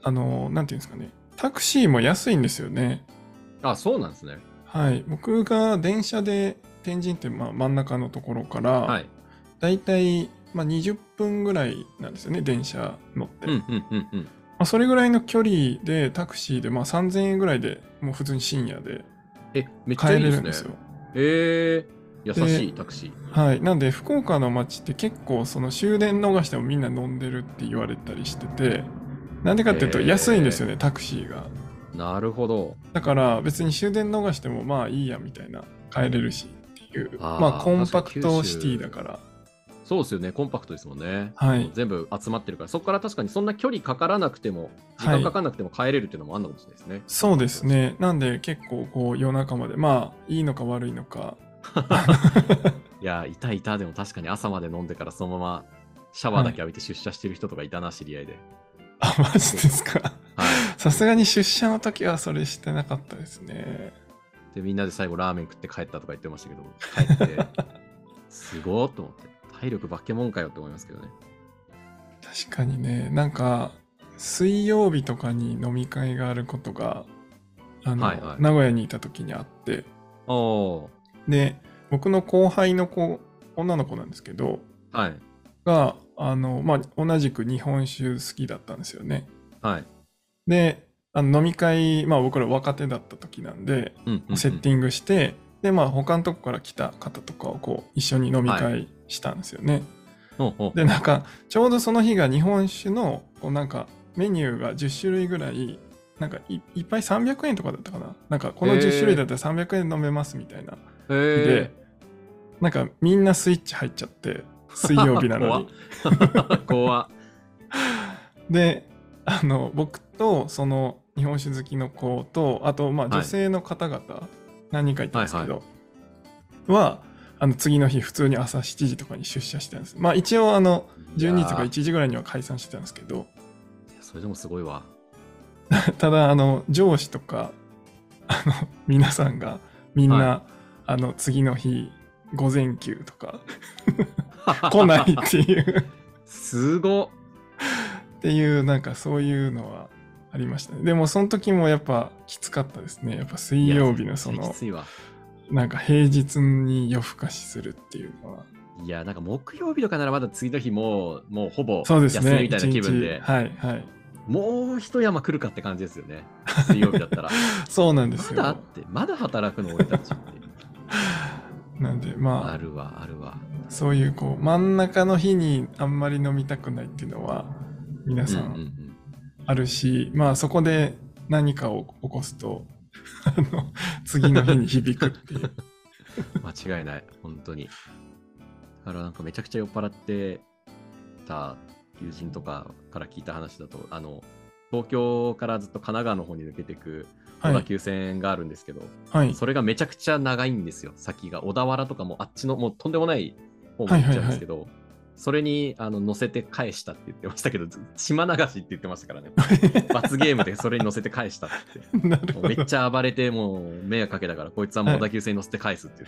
Speaker 2: あの、なんていうんですかね、タクシーも安いんですよね。
Speaker 1: あ、そうなんですね。
Speaker 2: はい。僕が電車で天神って、まあ、真ん中のところか
Speaker 1: は
Speaker 2: ら、
Speaker 1: い。
Speaker 2: だいたい、まあ、20分ぐらいなんですよね、電車乗って。
Speaker 1: うん
Speaker 2: ま
Speaker 1: うんうんうん。
Speaker 2: あ、それぐらいの距離で、タクシーで、まあ、3000円ぐらいでもう普通に深夜で
Speaker 1: え、めっち
Speaker 2: 帰
Speaker 1: ゃい
Speaker 2: れ
Speaker 1: いで
Speaker 2: る
Speaker 1: す
Speaker 2: ん
Speaker 1: ね。
Speaker 2: ですよ。
Speaker 1: えー、優しいタクシー。
Speaker 2: はい、なんで福岡の街って結構その終電逃してもみんな飲んでるって言われたりしててなんでかっていうと
Speaker 1: へー
Speaker 2: 安いんですよね、タクシーが
Speaker 1: なるほど。
Speaker 2: だから別に終電逃してもまあいいやみたいな帰れるしっていう
Speaker 1: あー
Speaker 2: まあコンパクトシティだから
Speaker 1: そうですよね、コンパクトですもんね。
Speaker 2: はい
Speaker 1: 全部集まってるから、そこから確かにそんな距離かからなくても、時
Speaker 2: はい
Speaker 1: 間かからなくても帰れるっていうのもあんのかもしれないですね。
Speaker 2: そうですねなんで結構こう夜中までまあいいのか悪いのか
Speaker 1: いやー、いたいた、でも確かに朝まで飲んでからそのままシャワーだけ浴びて出社してる人とかいたな、知り合いで。
Speaker 2: あマジですか
Speaker 1: はい。
Speaker 2: さすがに出社の時はそれしてなかったですね
Speaker 1: で、みんなで最後ラーメン食って帰ったとか言ってましたけ ど、帰って、すごーっと思って、体力化け物かよって思いますけどね。
Speaker 2: 確かにねなんか水曜日とかに飲み会があることがあの、
Speaker 1: はいはい
Speaker 2: 名古屋にいた時にあって
Speaker 1: おー、
Speaker 2: で僕の後輩の子女の子なんですけど
Speaker 1: はい、
Speaker 2: があの、まあ、同じく日本酒好きだったんですよね
Speaker 1: はい。
Speaker 2: であの飲み会、まあ、僕ら若手だった時なんで
Speaker 1: うんうんうん
Speaker 2: セッティングして、でまあ他のとこから来た方とかをこう一緒に飲み会したんですよね、
Speaker 1: おうおう
Speaker 2: でなんかちょうどその日が日本酒のこうなんかメニューが10種類ぐらいなんかいいっぱい300円とかだったかななんかこの
Speaker 1: へー
Speaker 2: 10種類だったら300円飲めますみたいな、
Speaker 1: へ
Speaker 2: で
Speaker 1: え
Speaker 2: なんかみんなスイッチ入っちゃって水曜日 なのに
Speaker 1: 怖っ
Speaker 2: であの僕とその日本酒好きの子とあとまあ
Speaker 1: はい
Speaker 2: 女性の方々、何人かいたんですけど、はあの次の日普通に朝7時とかに出社してたんですまあ一応あの12時とか1時ぐらいには解散してたんですけど
Speaker 1: いやそれでもすごいわ
Speaker 2: ただあの上司とかあの皆さんがみんな、
Speaker 1: は
Speaker 2: あの次の日午前休 とか来ないっていう
Speaker 1: すごっ
Speaker 2: っていうなんかそういうのはありましたねでもその時もやっぱきつかったですねやっぱ水曜日のそ
Speaker 1: いや
Speaker 2: の
Speaker 1: きついわ
Speaker 2: なんか平日に夜更かしするっていうのはい
Speaker 1: やなんか木曜日とかならまだ次の日もうもうほぼ
Speaker 2: そうです
Speaker 1: 休
Speaker 2: ね
Speaker 1: みみたいな気分で
Speaker 2: 一日はいはい
Speaker 1: もう一山来るかって感じですよね水曜日だったら
Speaker 2: そうなん です
Speaker 1: ま
Speaker 2: よ
Speaker 1: だってまだ働くの俺たちって
Speaker 2: なんで
Speaker 1: あ
Speaker 2: ま
Speaker 1: るわあるわ
Speaker 2: あそういうこう真ん中の日にあんまり飲みたくないっていうのは皆
Speaker 1: うん
Speaker 2: さ
Speaker 1: うんん
Speaker 2: あるし、まあそこで何かを起こすと あの次の日に響くっ ていう
Speaker 1: うん間違いない本当にだからなんかめちゃくちゃ酔っ払ってた友人とかから聞いた話だとあの東京からずっと神奈川の方に抜けていく
Speaker 2: は
Speaker 1: 小田
Speaker 2: い
Speaker 1: 急線があるんですけど、
Speaker 2: はい
Speaker 1: それがめちゃくちゃ長いんですよ、先が。小田原とかもあっちの、もうとんでもない方まで行っちゃうんですけど、それにあの乗せて返したって言ってましたけど、ず島流しって言ってましたから ね。罰ゲームでそれに乗せて返したって言っ
Speaker 2: なる
Speaker 1: て。も
Speaker 2: ほ
Speaker 1: うめっ
Speaker 2: ど
Speaker 1: ちゃ暴れて、もう迷惑かけたから、こいつはもう小田急線に乗せて返すって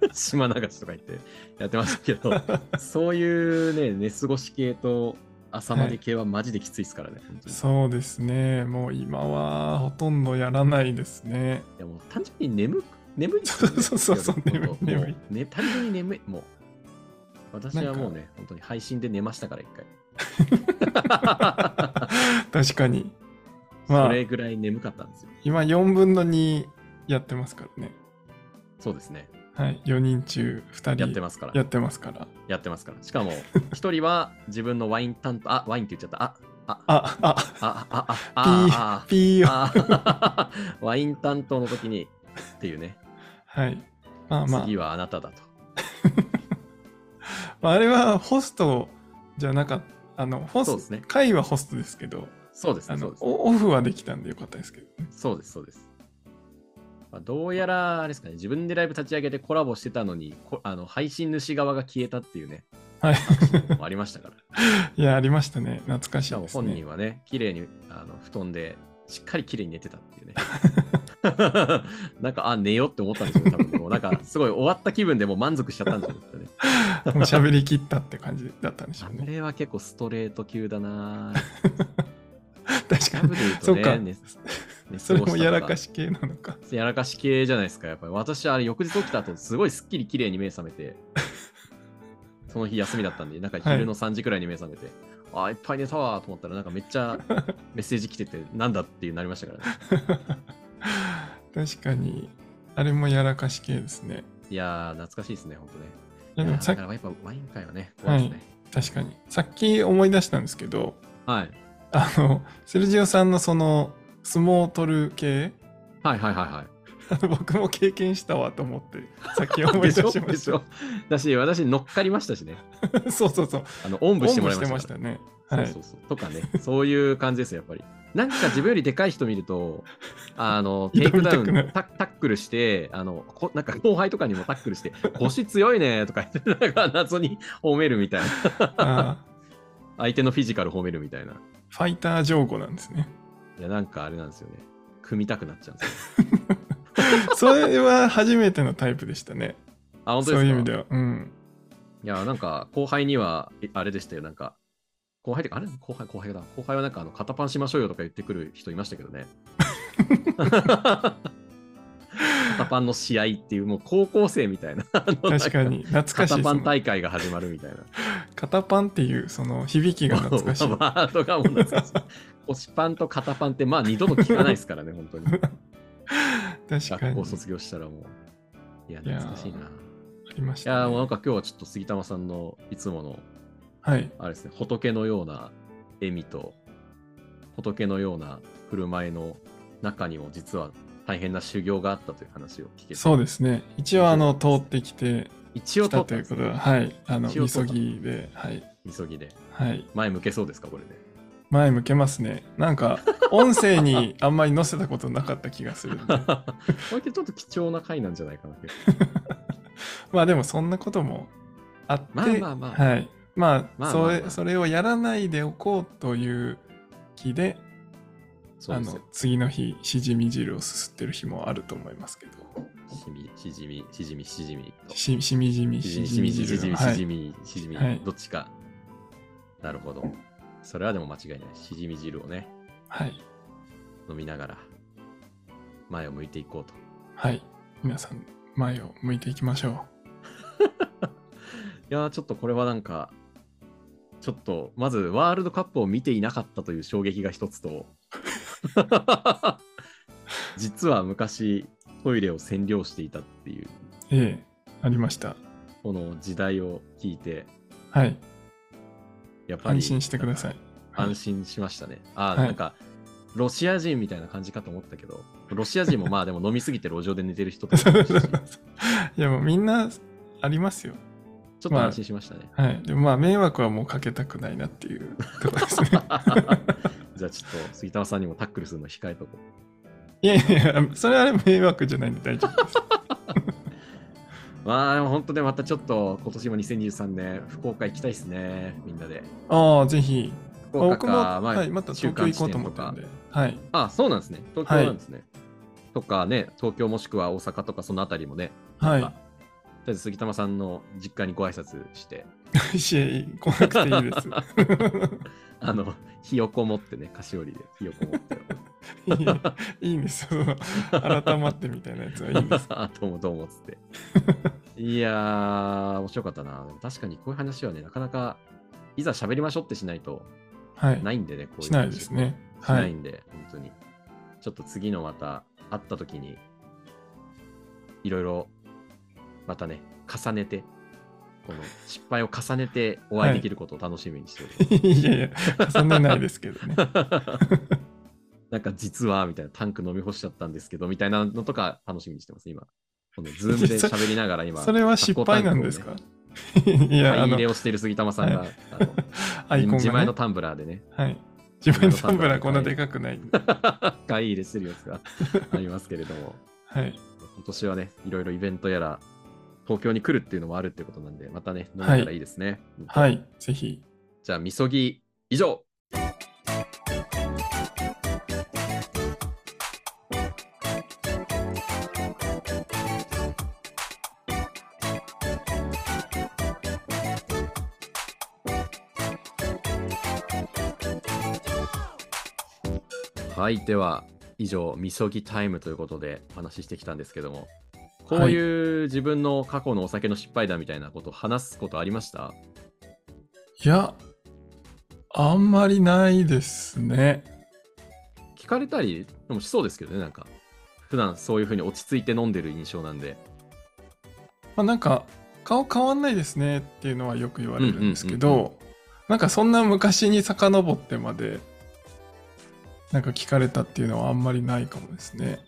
Speaker 1: 言って、島流しとか言ってやってましたけ ど、そういうね、寝過ごし系と朝まで系はマジできついですからね、本当に。
Speaker 2: そうですねもう今はほとんどやらないですね
Speaker 1: いやもう単純に眠く眠いですよね、
Speaker 2: そうそうそうそう
Speaker 1: 夜本当
Speaker 2: 眠い
Speaker 1: もうね、単純に眠い。もう。私はもう
Speaker 2: な
Speaker 1: ね、本当に配信で寝ましたから、一回。
Speaker 2: 確かにまあ
Speaker 1: それぐらい眠かったんですよ。
Speaker 2: 今4分の2やってますからね
Speaker 1: そうですね。
Speaker 2: はい4人中2人
Speaker 1: やってますから。
Speaker 2: や
Speaker 1: や
Speaker 2: ってますから
Speaker 1: ってますから。しかも、一人は自分のワイン担当、あ、ワインって言っちゃった。あ、あ、あ、
Speaker 2: ああ
Speaker 1: あ、あ、あ、あ、あ、
Speaker 2: ピーを
Speaker 1: あ、ワイン担当の時に、っていうね、
Speaker 2: はいまあまあ
Speaker 1: 次はあなただと。
Speaker 2: まああれはホストじゃなかったあのホ
Speaker 1: そうで
Speaker 2: ス
Speaker 1: すね
Speaker 2: ト会はホストですけど
Speaker 1: そうです
Speaker 2: あ
Speaker 1: ね、そう
Speaker 2: の
Speaker 1: ですね。
Speaker 2: オオフはできたんでよかったですけどね
Speaker 1: そうです、そうです。まあ、どうやら、あれですかね、自分でライブ立ち上げてコラボしてたのに、こあの配信主側が消えたっていうね、
Speaker 2: はい
Speaker 1: もありました から。
Speaker 2: いやありましたね懐かし
Speaker 1: しか
Speaker 2: い
Speaker 1: も
Speaker 2: です
Speaker 1: 本
Speaker 2: ね
Speaker 1: 人はね、綺麗にあの布団で、しっかり綺麗に寝てたってい うね。なんか、あ、寝ようって思ったんですよ、多分もう。なんか、すごい終わった気分でもう満足しちゃったんじゃないです かね。
Speaker 2: もう喋り切ったって感じだったんでしょう
Speaker 1: あ
Speaker 2: ね
Speaker 1: れは結構ストレート級だなダ
Speaker 2: 確か
Speaker 1: ブ
Speaker 2: に
Speaker 1: ル言う
Speaker 2: そ
Speaker 1: と
Speaker 2: うか
Speaker 1: ね、寝寝
Speaker 2: そ
Speaker 1: 過
Speaker 2: れ
Speaker 1: ごしたと
Speaker 2: もやらかし系なのか
Speaker 1: やらかし系じゃないですか、やっぱり。私、あれ、翌日起きた後、すごいすっきり綺麗に目覚めて、 その日休みだったんで、なんか
Speaker 2: はい
Speaker 1: 昼の3時くらいに目覚めて、あーいっぱい寝たわーと思ったら、なんかめっち ゃメッセージ来てて、なんだっていうなりましたからね。
Speaker 2: 確かにあれもやらかし系ですね
Speaker 1: いやー、懐かしいですね、ほんとね。
Speaker 2: いやで
Speaker 1: いや
Speaker 2: も
Speaker 1: ー
Speaker 2: さ
Speaker 1: だ
Speaker 2: っ
Speaker 1: からやっぱワイン会はね、怖いですね。
Speaker 2: 確かにさっき思い出したんですけど
Speaker 1: はい。
Speaker 2: あのセルジオさんのその相撲を取る系
Speaker 1: はいはいはいはい。
Speaker 2: あの僕も経験したわと思ってさっき思い出し まし
Speaker 1: でしょだし、私、乗っかりましたしね。
Speaker 2: たそうそうそう
Speaker 1: あの、おんぶしてもらい
Speaker 2: おんぶして
Speaker 1: ま
Speaker 2: ま
Speaker 1: し
Speaker 2: したたね
Speaker 1: か
Speaker 2: は
Speaker 1: ら。
Speaker 2: い
Speaker 1: そうそうそう。とかね、そういう感じですよ、やっぱり。なんか自分よりでかい人見ると、あ の、テイクダウ
Speaker 2: 挑みたくな
Speaker 1: ン
Speaker 2: る
Speaker 1: タ、タックルして、あの、こなんか後輩とかにもタックル して、腰強いねとか言って、なんか謎に褒めるみたいな。
Speaker 2: あー
Speaker 1: 相手のフィジカル褒めるみたいな。
Speaker 2: ファイター情報なんですね
Speaker 1: いや、なんかあれなんですよね。組みたくなっちゃうんですよ。
Speaker 2: それは初めてのタイプでしたね
Speaker 1: あ、本当です
Speaker 2: そ
Speaker 1: か
Speaker 2: ういう意味ではうん
Speaker 1: いや、なんか後輩には、えあれでしたよ、なんか。後輩ってか、あれ後輩、後輩だ。後輩はなんか、あの、肩パンしましょうよとか言ってくる人いましたけどね。肩パンの試合っていう、もう高校生みたいな。あの
Speaker 2: 確 か。に懐かしい
Speaker 1: 肩
Speaker 2: です
Speaker 1: パ
Speaker 2: ね
Speaker 1: ン大会が始まるみたいな。
Speaker 2: 肩パンっていうその響 きが懐かしい
Speaker 1: ワードがもう懐かしい。腰パンと肩パンって、まあ二度と聞かないですからね、本当に。
Speaker 2: 確か
Speaker 1: 学
Speaker 2: に
Speaker 1: 校卒業したらもう。いや、
Speaker 2: いやー
Speaker 1: 懐かしいな。
Speaker 2: あきまし
Speaker 1: い
Speaker 2: た、ね。
Speaker 1: やーもうなんか今日はちょっと杉玉さんのいつもの
Speaker 2: はい。
Speaker 1: あれですね仏のような笑みと仏のような振る舞いの中にも実は大変な修行があったという話を聞けて
Speaker 2: そうですね。一応、あの、通ってきて
Speaker 1: 一応
Speaker 2: き
Speaker 1: 取
Speaker 2: た
Speaker 1: った
Speaker 2: と
Speaker 1: んですね
Speaker 2: いうことは、はい。あの、
Speaker 1: 一応通った
Speaker 2: 急ぎで、はい。
Speaker 1: 急ぎで
Speaker 2: はい。
Speaker 1: 前向けそうですかこれで
Speaker 2: 前向けますね。なんか、音 声にあんまり載せたことなかった気がするんで
Speaker 1: これってちょっと貴重な回なんじゃないかな結
Speaker 2: まあでも、そんなこともあって、
Speaker 1: まあまあまあ
Speaker 2: はい。ま
Speaker 1: ま
Speaker 2: あ、
Speaker 1: あ
Speaker 2: そ
Speaker 1: まあま
Speaker 2: れ、
Speaker 1: あ
Speaker 2: それをやらないでおこうという気で、
Speaker 1: 構そう
Speaker 2: あ
Speaker 1: です
Speaker 2: の
Speaker 1: よ、
Speaker 2: 次の日、しじみ汁をすすってる日もあると思いますけど。
Speaker 1: しみしじみしじみしじみと
Speaker 2: ししみじみ
Speaker 1: しじ
Speaker 2: し
Speaker 1: みしみし
Speaker 2: じみ汁
Speaker 1: じみ
Speaker 2: は
Speaker 1: し
Speaker 2: い
Speaker 1: じみしじみ
Speaker 2: はい
Speaker 1: どっちかなるほどそれはでも間違いないしじみ汁をね
Speaker 2: はい
Speaker 1: 飲みながら前を向いていこうと
Speaker 2: はい皆さん前を向いていきましょ
Speaker 1: いやーちょっとこれはなんかちょっとまずワールドカップを見ていなかったという衝撃が一つ と実は昔トイレを占領していたっていう
Speaker 2: うええありました
Speaker 1: この時代を聞いて
Speaker 2: はい
Speaker 1: やっぱり
Speaker 2: 安心してください
Speaker 1: 安心しましたねああ
Speaker 2: はい
Speaker 1: なんか、ロシア人みたいな感じかと思ったけどロシア人もまあでも飲みすぎて路上で寝てる人とかもいるし
Speaker 2: いやもうみんなありますよ
Speaker 1: ちょっと安心しましたね、
Speaker 2: はいでもまあ迷惑はもうかけたくないなっていうとこですね
Speaker 1: じゃあちょっと杉玉さんにもタックルするの控えとこう
Speaker 2: いやいやいやそれは迷惑じゃないんで大丈夫です
Speaker 1: まあ、でも本当でまたちょっと今年も2023年、福岡行きたいですね、みんなで。
Speaker 2: ああぜひ
Speaker 1: 福岡
Speaker 2: 僕も、
Speaker 1: か、まあ、
Speaker 2: はい、また東京行こうと思ったんで
Speaker 1: 中間地点と
Speaker 2: はい
Speaker 1: か。あ、そうなんですね。東京なんですね。とかね、東京もしくは大阪とかそのあたりもね、
Speaker 2: はい
Speaker 1: なんかとりあえず杉玉さんの実家にご挨拶して、
Speaker 2: 試合来なくていいです
Speaker 1: あの、ひよこ持ってね、菓子折りでひよこ持って。
Speaker 2: いいいいんですよ。その改まってみたいなやつはいいんです。
Speaker 1: あ、どうもどうもっつって。いやー、面白かったな。でも確かにこういう話はね、なかなか、いざ喋りましょうってしないと、
Speaker 2: はい。
Speaker 1: ないんでね、こういう話
Speaker 2: しないですね。
Speaker 1: しな
Speaker 2: はいい。
Speaker 1: んで、本当に。ちょっと次のまた会った時に、いろいろまたね、重ねて、この失敗を重ねてお会いできることを楽しみにしております。
Speaker 2: いやいや、重ねないですけ どね。
Speaker 1: なんか実はみたいなタンク飲み干しちゃったんですけどみたいなのとか楽しみにしてます、今。このズームで喋りながら今、
Speaker 2: それは失敗なんですか、い
Speaker 1: タンクをね
Speaker 2: や、
Speaker 1: 灰
Speaker 2: あ
Speaker 1: 入
Speaker 2: の
Speaker 1: れ、をしている杉玉さんが、
Speaker 2: は
Speaker 1: あの
Speaker 2: アイコン
Speaker 1: 自
Speaker 2: が、
Speaker 1: 前の
Speaker 2: ね。
Speaker 1: タンブラーでね、
Speaker 2: はい。自分のタンブラーこんなでかくない。
Speaker 1: 貝入れしてるやつがありますけれど も。
Speaker 2: はい。
Speaker 1: 今年はね、いろいろイベントやら、東京に来るっていうのもあるってことなんで、またね、飲めたらいいですね。
Speaker 2: はい。ぜひ。
Speaker 1: じゃあ、みそぎ、以上はい、では、以上、みそぎタイムということでお話ししてきたんですけども、こういう自分の過去のお酒の失敗談みたいなことを話すことありました
Speaker 2: いや、あんまりないですね。
Speaker 1: 聞かれたりでもしそうですけどねなんか普段そういう風に落ち着いて飲んでる印象なんで
Speaker 2: まあ、なんか顔変わんないですねっていうのはよく言われるんですけど、
Speaker 1: うんうん
Speaker 2: なんかそんな昔に遡ってまでなんか聞かれたっていうのはあんまりないかもで すね。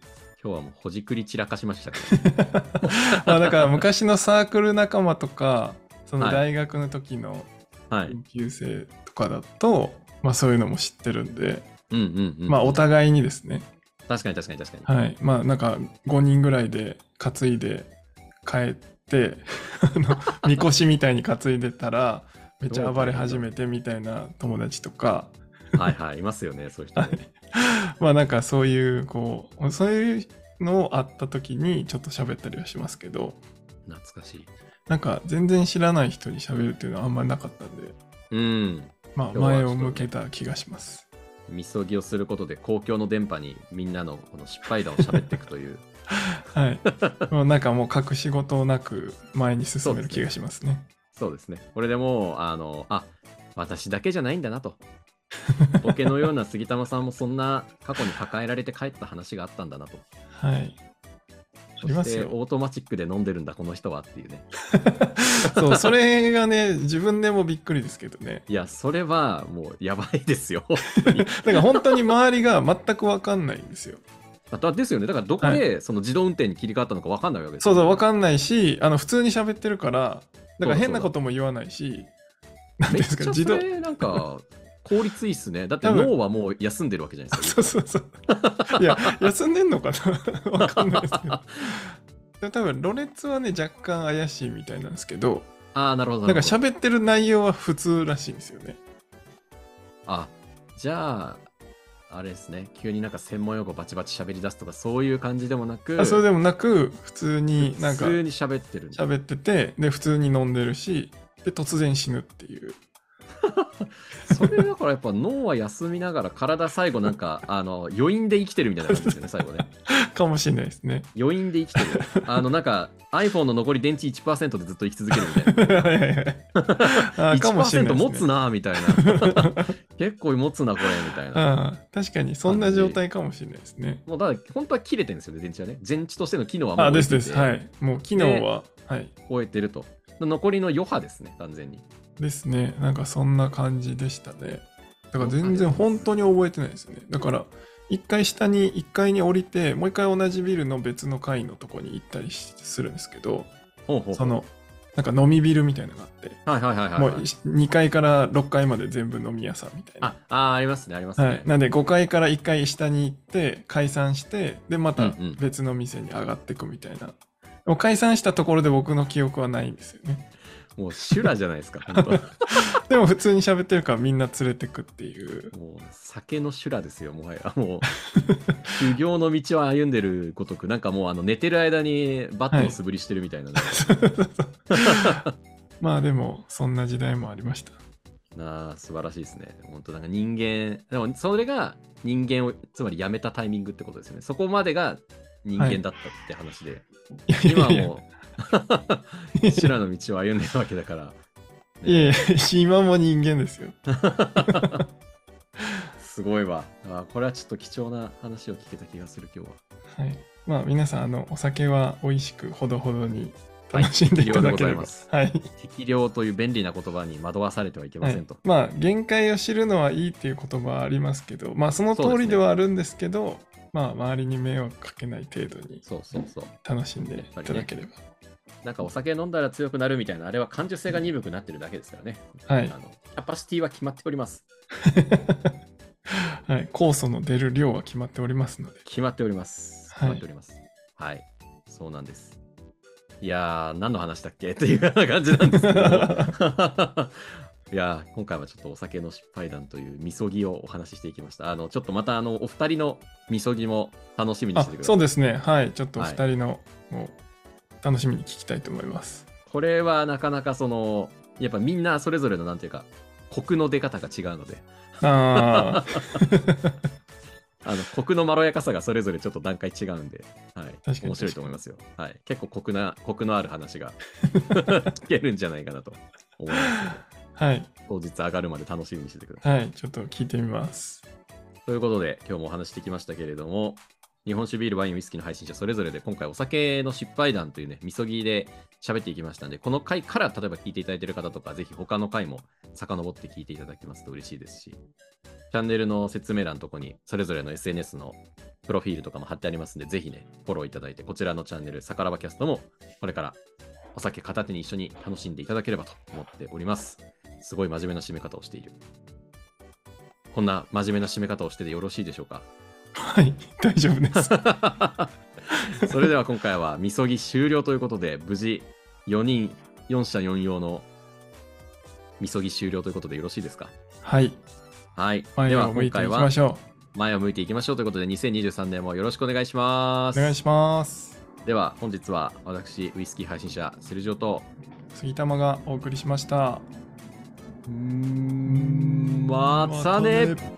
Speaker 1: 今日はもうほじくり散らかしましたけ
Speaker 2: まあだから昔のサークル仲間とかその
Speaker 1: はい
Speaker 2: 大学の時の
Speaker 1: どはい
Speaker 2: 研究生とかだと、まあそういうのも知ってるんで、
Speaker 1: うんうんうん
Speaker 2: まあお互いにですね
Speaker 1: 確かに確かに確かに、
Speaker 2: はいまあなんか5人ぐらいで担いで帰って あのみこしみたいに担いでたらめっちゃ暴れ始めてみたいな友達とか
Speaker 1: はいはいいますよねそういう人ね
Speaker 2: まあなんかそういうこうそういうのをあった時にちょっと喋ったりはしますけど
Speaker 1: 懐かしい
Speaker 2: なんか全然知らない人に喋るっていうのはあんまりなかったんで
Speaker 1: うん
Speaker 2: まあ
Speaker 1: 今日はちょっ
Speaker 2: 前
Speaker 1: とね
Speaker 2: を向けた気がします。
Speaker 1: みそぎをすることで公共の電波にみんなのこの失敗談を喋っていくという
Speaker 2: はい、 もうなんかもう隠し事なく前に進める気がしますね。
Speaker 1: そうですねこれでもうあのあ私だけじゃないんだ なとボケのような杉玉さんもそんな過去に抱えられて帰った話があったんだなと
Speaker 2: はい。あ
Speaker 1: そ
Speaker 2: りま
Speaker 1: し
Speaker 2: す
Speaker 1: て
Speaker 2: よ。
Speaker 1: オートマチックで飲んでるんだこの人はっていうね
Speaker 2: そう、それがね、自分でもびっくりですけどね。
Speaker 1: いやそれはもうやばいですよ
Speaker 2: なんか本当に周りが全くわかんないんですよ。
Speaker 1: あとはですよねだからどこでその自動運転に切り替わったのか分かんないわけです
Speaker 2: そ
Speaker 1: よ
Speaker 2: う
Speaker 1: ね、
Speaker 2: そう、わかんないし、あの、普通に喋ってるから、だから変なことも言わないし、なんて
Speaker 1: め
Speaker 2: い
Speaker 1: っ
Speaker 2: う
Speaker 1: ち
Speaker 2: んですか、
Speaker 1: ゃ
Speaker 2: 自
Speaker 1: そ
Speaker 2: 動。
Speaker 1: れなんか効率いいっすね。だって
Speaker 2: 多分
Speaker 1: 脳はもう休んでるわけじゃないです
Speaker 2: そうそうそう。いや、休んでんのかなわかんないですけど。でも多分、ロレッツはね、若干怪しいみたいなんですけど、
Speaker 1: か。ああ、なるほど。
Speaker 2: なんか
Speaker 1: ゃ
Speaker 2: 喋ってる内容は普通らしいんですよね。
Speaker 1: あ、じゃあ、あれですね。急になんか専門用語バチバチ喋り出すとか、そういう感じでもなく、
Speaker 2: あそれでもなく、普通になん
Speaker 1: 普
Speaker 2: か
Speaker 1: 通に喋ってるんだ
Speaker 2: 喋ってて、で、普通に飲んでるし、で、突然死ぬっていう。
Speaker 1: それだからやっぱ脳は休みながら、体最後なんか、あの、余韻で生きてるみたいな感じですよね、最後ね。
Speaker 2: かもしれないですね。
Speaker 1: 余韻で生きてる。 あの、なんか iPhone の残り電池1%でずっと生き続けるみ たいな。
Speaker 2: はいはいはいあーかもしれない
Speaker 1: 1%
Speaker 2: ですね
Speaker 1: 持つな、みたいな。 結構持つな、これ、みたいな。
Speaker 2: ああ確かにそんな状態かもしれないですね。
Speaker 1: もうだから本当は切れてるんですよね、電池はね。電池としての機能はもう
Speaker 2: あ
Speaker 1: 終え
Speaker 2: です
Speaker 1: てて
Speaker 2: です。はい。もう機能は、はい。
Speaker 1: 終えてると。残りの余波ですね、完全に。
Speaker 2: ですね。なんかそんな感じでしたね。だから全然本当に覚えてないですね。だから一回下に一階に降りてもう一回同じビルの別の階のとこに行ったりしするんですけど
Speaker 1: ほうほう
Speaker 2: そのなんか飲みビルみたいなのがあって、
Speaker 1: はいはいはいはい、
Speaker 2: もう2階から6階まで全部飲み屋さんみたいな
Speaker 1: あ。あー、ありますね、ありますね。
Speaker 2: はい、なんで5階から1階下に行って解散してでま
Speaker 1: うん
Speaker 2: た
Speaker 1: うん
Speaker 2: 別の店に上がっていくみたいな、もう解散したところで僕の記憶はないんですよね
Speaker 1: もう修羅じゃないですか、本当。
Speaker 2: でも普通に喋ってるからみんな連れてくっていう
Speaker 1: もう酒の修羅ですよ、もはや。もう、修行の道を歩んでるごとく、なんかもうあの寝てる間にバットを素振りしてるみたいな、ね
Speaker 2: まあでもそんな時代もありました
Speaker 1: なあ素晴らしいですね。本当なんか人間、でもそれが人間を、つまりやめたタイミングってことですよね。そこまでが人間だったって話で。
Speaker 2: いやい
Speaker 1: 今
Speaker 2: や
Speaker 1: はい
Speaker 2: や
Speaker 1: もう 修羅の道を歩んでるわけだから、
Speaker 2: いやいや今も人間ですよ
Speaker 1: すごいわあこれはちょっと貴重な話を聞けた気がする今日は
Speaker 2: はいまあ皆さんあのお酒は美味しくほどほどに楽しんでいただけ
Speaker 1: はい適量でござ
Speaker 2: れば
Speaker 1: います
Speaker 2: はい
Speaker 1: 適量という便利な言葉に惑わされてはいけま
Speaker 2: は
Speaker 1: せ
Speaker 2: い
Speaker 1: んと、、
Speaker 2: まあ限界を知るのはいいっていう言葉はありますけどまあその通りではあるんですけどまあ周りに迷惑かけない程度に
Speaker 1: そうそうそう
Speaker 2: 楽しんでいただければ、
Speaker 1: なんかお酒飲んだら強くなるみたいなあれは感受性が鈍くなってるだけですからね
Speaker 2: はい
Speaker 1: あのキャパシティは決まっております
Speaker 2: はい、酵素の出る量は決まっておりますので
Speaker 1: 決まっております
Speaker 2: はい
Speaker 1: 決まっておりますはい、そうなんですいやー何の話だっけ っていうような感じなんですけど いやー今回はちょっとお酒の失敗談というみそぎをお話ししていきましたあのちょっとまたあのお二人のみそぎも楽しみにし
Speaker 2: あ
Speaker 1: ててくださ
Speaker 2: そ
Speaker 1: いう
Speaker 2: ですねはいちょっとお
Speaker 1: はい
Speaker 2: 二人のもう楽しみに聞きたいと思います、
Speaker 1: これはなかなかそのやっぱみんなそれぞれのなんていうかコクの出方が違うので
Speaker 2: ああ
Speaker 1: あのコクのまろやかさがそれぞれちょっと段階違うんで、はい、
Speaker 2: 確かに
Speaker 1: 面白いと思いますよ、はい、結構コクなコクのある話 が 聞けるんじゃないかなと思います
Speaker 2: はい
Speaker 1: 当日上がるまで楽しみにしててくださ
Speaker 2: はいちょっと聞いてみます
Speaker 1: いということで今日もお話してきましたけれども日本酒ビールワインウイスキーの配信者それぞれで今回お酒の失敗談というねみそぎで喋っていきましたんでこの回から例えば聞いていただいている方とかぜひ他の回も遡って聞いていただきますと嬉しいですしチャンネルの説明欄のとこにそれぞれの SNS のプロフィールとかも貼ってありますんでぜひねフォローいただいてこちらのチャンネルさからばキャストもこれからお酒片手に一緒に楽しんでいただければと思っておりますすごい真面目な締め方をしているこんな真面目な締め方をしてでよろしいでしょうか
Speaker 2: はい大丈夫です
Speaker 1: それでは今回はみそぎ終了ということで無事4人4社4用のみそぎ終了ということでよろしいですか
Speaker 2: はい
Speaker 1: はい
Speaker 2: 前
Speaker 1: では
Speaker 2: を
Speaker 1: 今
Speaker 2: 向いてい
Speaker 1: 回
Speaker 2: き
Speaker 1: は
Speaker 2: ましょ
Speaker 1: 前を向いていきましょうということで2023年もよろしくお願いしま
Speaker 2: う
Speaker 1: す
Speaker 2: お願いします
Speaker 1: では本日は私ウイスキー配信者セルジオと
Speaker 2: 杉玉がお送りしました
Speaker 1: またね
Speaker 2: ね